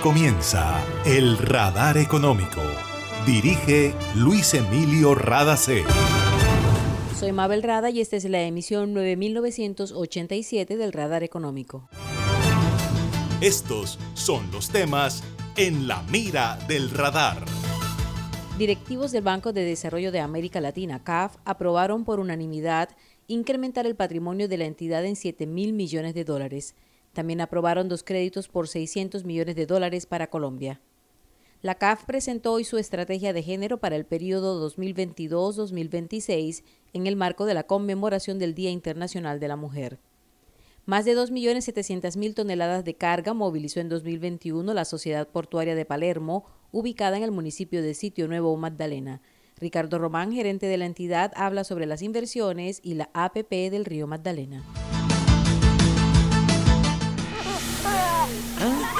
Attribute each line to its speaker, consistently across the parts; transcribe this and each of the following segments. Speaker 1: comienza El Radar Económico. Dirige Luis Emilio Radacé.
Speaker 2: Soy Mabel Rada y esta es la emisión 9987 del Radar Económico.
Speaker 1: Estos son los temas en la mira del radar.
Speaker 2: Directivos del Banco de Desarrollo de América Latina, CAF, aprobaron por unanimidad incrementar el patrimonio de la entidad en 7 mil millones de dólares. También aprobaron dos créditos por 600 millones de dólares para Colombia. La CAF presentó hoy su estrategia de género para el periodo 2022-2026 en el marco de la conmemoración del Día Internacional de la Mujer. Más de 2.700.000 toneladas de carga movilizó en 2021 la Sociedad Portuaria de Palermo, ubicada en el municipio de Sitio Nuevo Magdalena. Ricardo Román, gerente de la entidad, habla sobre las inversiones y la APP del río Magdalena.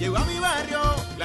Speaker 3: Llego a mi barrio la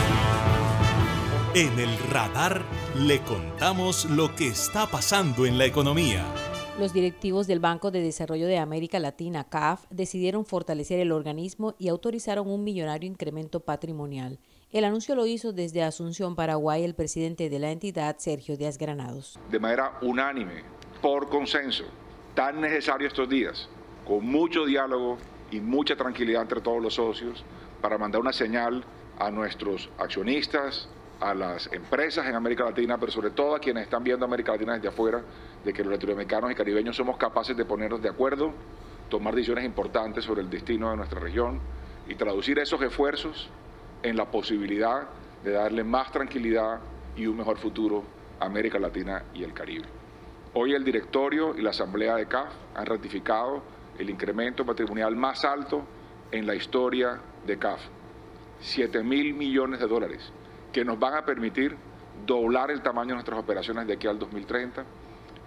Speaker 1: En el radar le contamos lo que está pasando en la economía.
Speaker 2: Los directivos del Banco de Desarrollo de América Latina, CAF, decidieron fortalecer el organismo y autorizaron un millonario incremento patrimonial. El anuncio lo hizo desde Asunción, Paraguay, el presidente de la entidad, Sergio Díaz Granados.
Speaker 4: De manera unánime, por consenso, tan necesario estos días, con mucho diálogo y mucha tranquilidad entre todos los socios, para mandar una señal a nuestros accionistas, a las empresas en América Latina, pero sobre todo a quienes están viendo América Latina desde afuera, de que los latinoamericanos y caribeños somos capaces de ponernos de acuerdo, tomar decisiones importantes sobre el destino de nuestra región y traducir esos esfuerzos en la posibilidad de darle más tranquilidad y un mejor futuro a América Latina y el Caribe. Hoy el directorio y la asamblea de CAF han ratificado el incremento patrimonial más alto en la historia de CAF, 7 mil millones de dólares que nos van a permitir doblar el tamaño de nuestras operaciones de aquí al 2030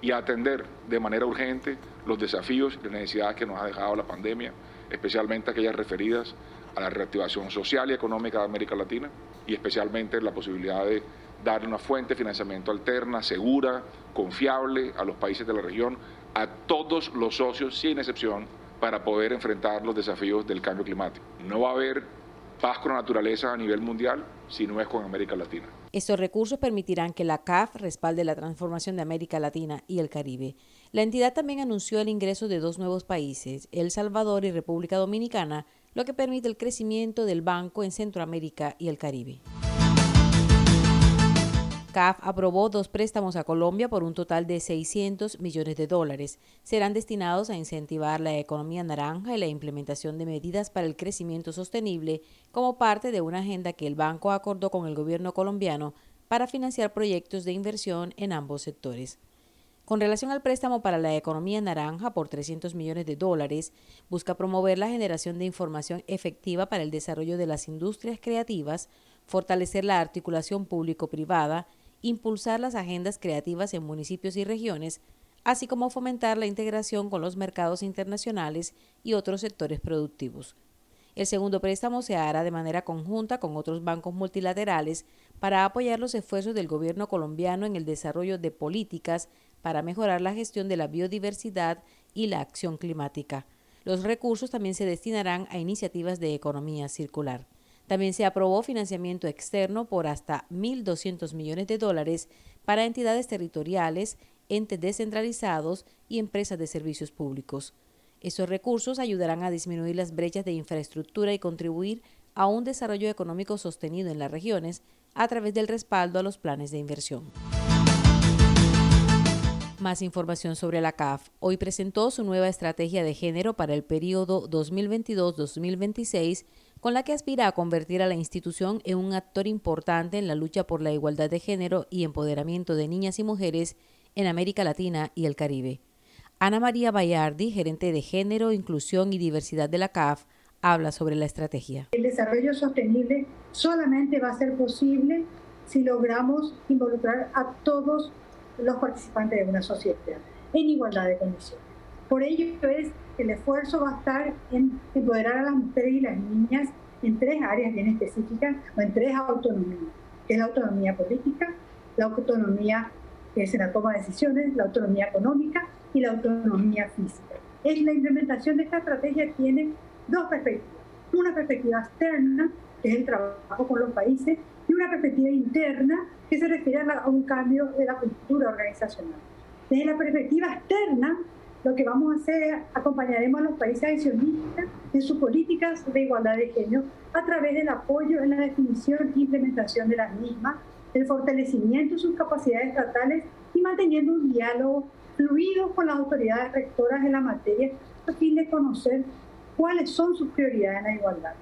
Speaker 4: y atender de manera urgente los desafíos y las necesidades que nos ha dejado la pandemia, especialmente aquellas referidas a la reactivación social y económica de América Latina y especialmente la posibilidad de dar una fuente de financiamiento alterna, segura, confiable a los países de la región, a todos los socios sin excepción, para poder enfrentar los desafíos del cambio climático. No va a haber paz con la naturaleza a nivel mundial, si no es con América Latina.
Speaker 2: Estos recursos permitirán que la CAF respalde la transformación de América Latina y el Caribe. La entidad también anunció el ingreso de dos nuevos países, El Salvador y República Dominicana, lo que permite el crecimiento del banco en Centroamérica y el Caribe. CAF aprobó dos préstamos a Colombia por un total de 600 millones de dólares. Serán destinados a incentivar la economía naranja y la implementación de medidas para el crecimiento sostenible como parte de una agenda que el banco acordó con el gobierno colombiano para financiar proyectos de inversión en ambos sectores. Con relación al préstamo para la economía naranja por 300 millones de dólares, busca promover la generación de información efectiva para el desarrollo de las industrias creativas, fortalecer la articulación público-privada, impulsar las agendas creativas en municipios y regiones, así como fomentar la integración con los mercados internacionales y otros sectores productivos. El segundo préstamo se hará de manera conjunta con otros bancos multilaterales para apoyar los esfuerzos del gobierno colombiano en el desarrollo de políticas para mejorar la gestión de la biodiversidad y la acción climática. Los recursos también se destinarán a iniciativas de economía circular. También se aprobó financiamiento externo por hasta 1.200 millones de dólares para entidades territoriales, entes descentralizados y empresas de servicios públicos. Estos recursos ayudarán a disminuir las brechas de infraestructura y contribuir a un desarrollo económico sostenido en las regiones a través del respaldo a los planes de inversión. Más información sobre la CAF. Hoy presentó su nueva estrategia de género para el periodo 2022-2026 con la que aspira a convertir a la institución en un actor importante en la lucha por la igualdad de género y empoderamiento de niñas y mujeres en América Latina y el Caribe. Ana María Bayardi, gerente de Género, Inclusión y Diversidad de la CAF, habla sobre la estrategia.
Speaker 5: El desarrollo sostenible solamente va a ser posible si logramos involucrar a todos los participantes de una sociedad en igualdad de condiciones. Por ello es el esfuerzo va a estar en empoderar a las mujeres y las niñas en tres áreas bien específicas o en tres autonomías, que es la autonomía política, la autonomía que es en la toma de decisiones, la autonomía económica y la autonomía física. Es la implementación de esta estrategia tiene dos perspectivas. Una perspectiva externa, que es el trabajo con los países, y una perspectiva interna, que se refiere a, la, a un cambio de la cultura organizacional. Desde la perspectiva externa, lo que vamos a hacer es acompañaremos a los países accionistas en sus políticas de igualdad de género a través del apoyo en la definición e implementación de las mismas, el fortalecimiento de sus capacidades estatales y manteniendo un diálogo fluido con las autoridades rectoras de la materia a fin de conocer cuáles son sus prioridades en la igualdad.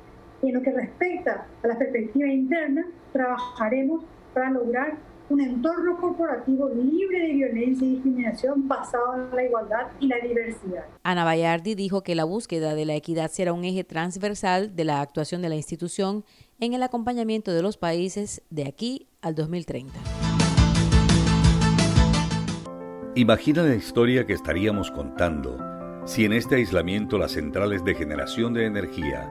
Speaker 5: Y en lo que respecta a la perspectiva interna, trabajaremos para lograr un entorno corporativo libre de violencia y discriminación basado en la igualdad y la diversidad.
Speaker 2: Ana Bayardi dijo que la búsqueda de la equidad será un eje transversal de la actuación de la institución en el acompañamiento de los países de aquí al 2030.
Speaker 6: Imagina la historia que estaríamos contando si en este aislamiento las centrales de generación de energía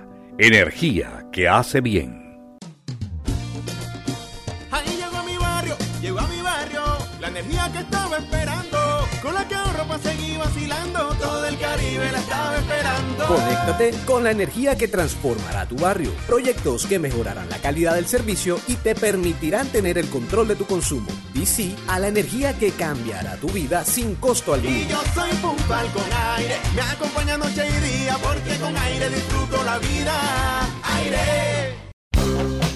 Speaker 6: energía que hace bien.
Speaker 3: Llegó a mi barrio la energía que estaba esperando. Con la que ahorro para seguir vacilando. Todo el Caribe la estaba esperando.
Speaker 7: Conéctate con la energía que transformará tu barrio. Proyectos que mejorarán la calidad del servicio y te permitirán tener el control de tu consumo. DC a la energía que cambiará tu vida sin costo alguno.
Speaker 3: Y yo soy Pumpal con aire. Me acompaña noche y día porque con aire disfruto la vida. Aire.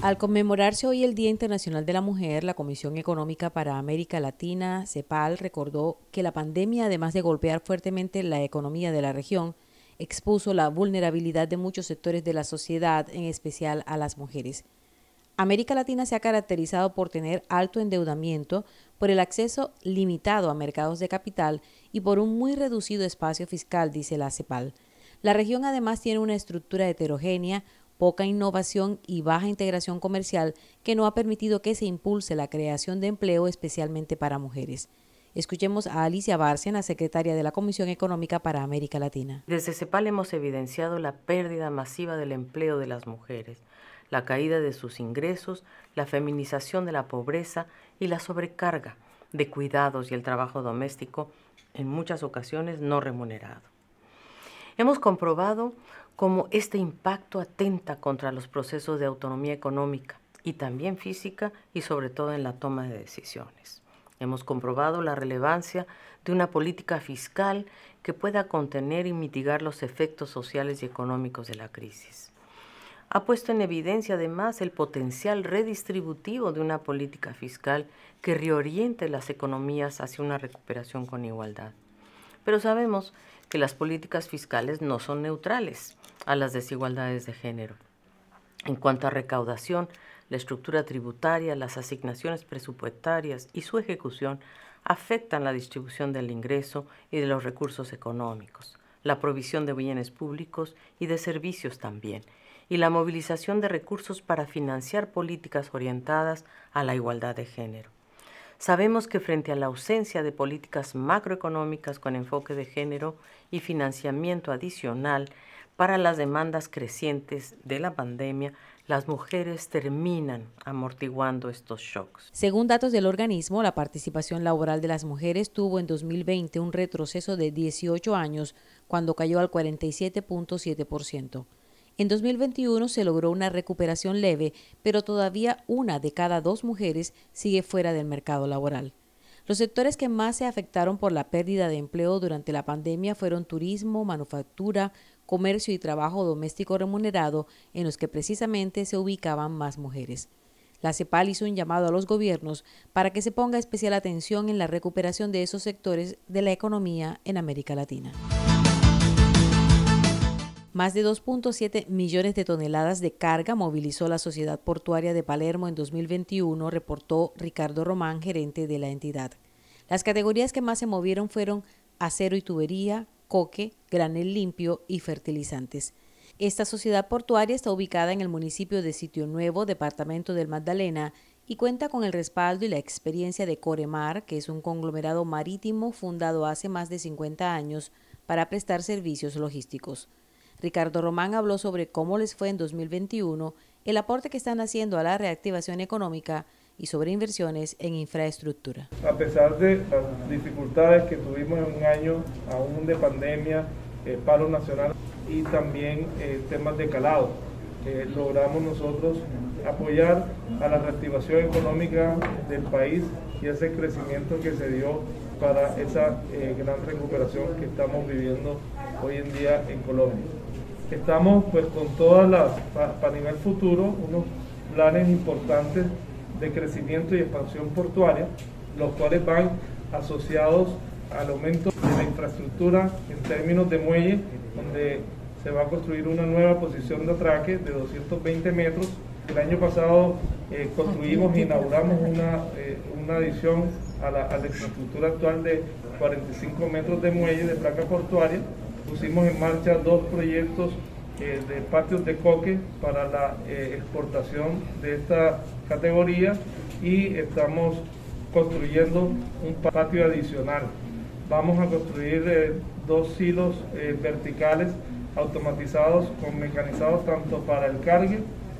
Speaker 2: Al conmemorarse hoy el Día Internacional de la Mujer, la Comisión Económica para América Latina, CEPAL, recordó que la pandemia, además de golpear fuertemente la economía de la región, expuso la vulnerabilidad de muchos sectores de la sociedad, en especial a las mujeres. América Latina se ha caracterizado por tener alto endeudamiento, por el acceso limitado a mercados de capital y por un muy reducido espacio fiscal, dice la CEPAL. La región además tiene una estructura heterogénea, poca innovación y baja integración comercial que no ha permitido que se impulse la creación de empleo especialmente para mujeres. Escuchemos a Alicia Bárcena, secretaria de la Comisión Económica para América Latina.
Speaker 8: Desde CEPAL hemos evidenciado la pérdida masiva del empleo de las mujeres, la caída de sus ingresos, la feminización de la pobreza y la sobrecarga de cuidados y el trabajo doméstico, en muchas ocasiones no remunerado.
Speaker 5: Hemos comprobado cómo este impacto atenta contra los procesos de autonomía económica y también física y sobre todo en la toma de decisiones. Hemos comprobado la relevancia de una política fiscal que pueda contener y mitigar los efectos sociales y económicos de la crisis. Ha puesto en evidencia además el potencial redistributivo de una política fiscal que reoriente las economías hacia una recuperación con igualdad. Pero sabemos que las políticas fiscales no son neutrales a las desigualdades de género. En cuanto a recaudación, la estructura tributaria, las asignaciones presupuestarias y su ejecución afectan la distribución del ingreso y de los recursos económicos, la provisión de bienes públicos y de servicios también, y la movilización de recursos para financiar políticas orientadas a la igualdad de género. Sabemos que frente a la ausencia de políticas macroeconómicas con enfoque de género y financiamiento adicional para las demandas crecientes de la pandemia, las mujeres terminan amortiguando estos shocks.
Speaker 2: Según datos del organismo, la participación laboral de las mujeres tuvo en 2020 un retroceso de 18 años, cuando cayó al 47.7%. En 2021 se logró una recuperación leve, pero todavía una de cada dos mujeres sigue fuera del mercado laboral. Los sectores que más se afectaron por la pérdida de empleo durante la pandemia fueron turismo, manufactura, comercio y trabajo doméstico remunerado, en los que precisamente se ubicaban más mujeres. La CEPAL hizo un llamado a los gobiernos para que se ponga especial atención en la recuperación de esos sectores de la economía en América Latina. Más de 2.7 millones de toneladas de carga movilizó la Sociedad Portuaria de Palermo en 2021, reportó Ricardo Román, gerente de la entidad. Las categorías que más se movieron fueron acero y tubería, coque, granel limpio y fertilizantes. Esta sociedad portuaria está ubicada en el municipio de Sitio Nuevo, departamento del Magdalena, y cuenta con el respaldo y la experiencia de Coremar, que es un conglomerado marítimo fundado hace más de 50 años para prestar servicios logísticos. Ricardo Román habló sobre cómo les fue en 2021, el aporte que están haciendo a la reactivación económica y sobre inversiones en infraestructura.
Speaker 4: A pesar de las dificultades que tuvimos en un año aún de pandemia, eh, paro nacional y también eh, temas de calado, eh, logramos nosotros apoyar a la reactivación económica del país y ese crecimiento que se dio para esa eh, gran recuperación que estamos viviendo hoy en día en Colombia. Estamos pues con todas las, para pa nivel futuro, unos planes importantes de crecimiento y expansión portuaria, los cuales van asociados al aumento de la infraestructura en términos de muelle, donde se va a construir una nueva posición de atraque de 220 metros. El año pasado eh, construimos e inauguramos una, eh, una adición a la, a la infraestructura actual de 45 metros de muelle de placa portuaria. Pusimos en marcha dos proyectos eh, de patios de coque para la eh, exportación de esta categoría y estamos construyendo un patio adicional. Vamos a construir eh, dos silos eh, verticales automatizados con mecanizados tanto para el cargue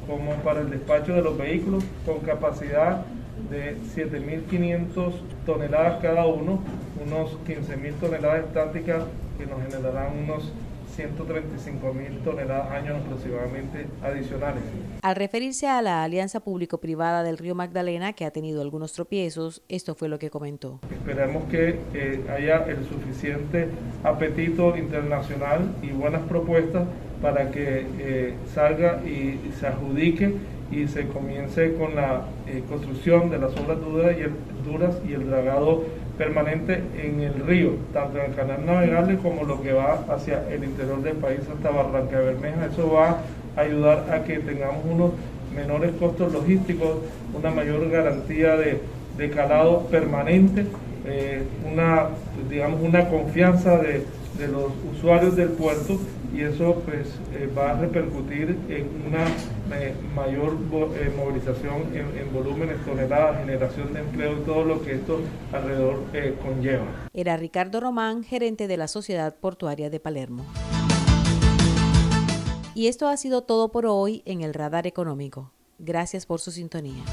Speaker 4: como para el despacho de los vehículos con capacidad de 7.500 toneladas cada uno, unos 15.000 toneladas estáticas que nos generarán unos 135 mil toneladas años aproximadamente adicionales.
Speaker 2: Al referirse a la alianza público-privada del río Magdalena, que ha tenido algunos tropiezos, esto fue lo que comentó.
Speaker 4: Esperamos que eh, haya el suficiente apetito internacional y buenas propuestas para que eh, salga y, y, se adjudique y se comience con la eh, construcción de las obras duras y el, duras y el dragado permanente en el río, tanto en el canal navegable como lo que va hacia el interior del país hasta Barranca Bermeja. Eso va a ayudar a que tengamos unos menores costos logísticos, una mayor garantía de, de calado permanente, eh, una, digamos, una confianza de, de, los usuarios del puerto y eso pues eh, va a repercutir en una eh, mayor eh, movilización en, en, volúmenes, toneladas, generación de empleo y todo lo que esto alrededor eh, conlleva.
Speaker 2: Era Ricardo Román, gerente de la Sociedad Portuaria de Palermo. Y esto ha sido todo por hoy en el Radar Económico. Gracias por su sintonía.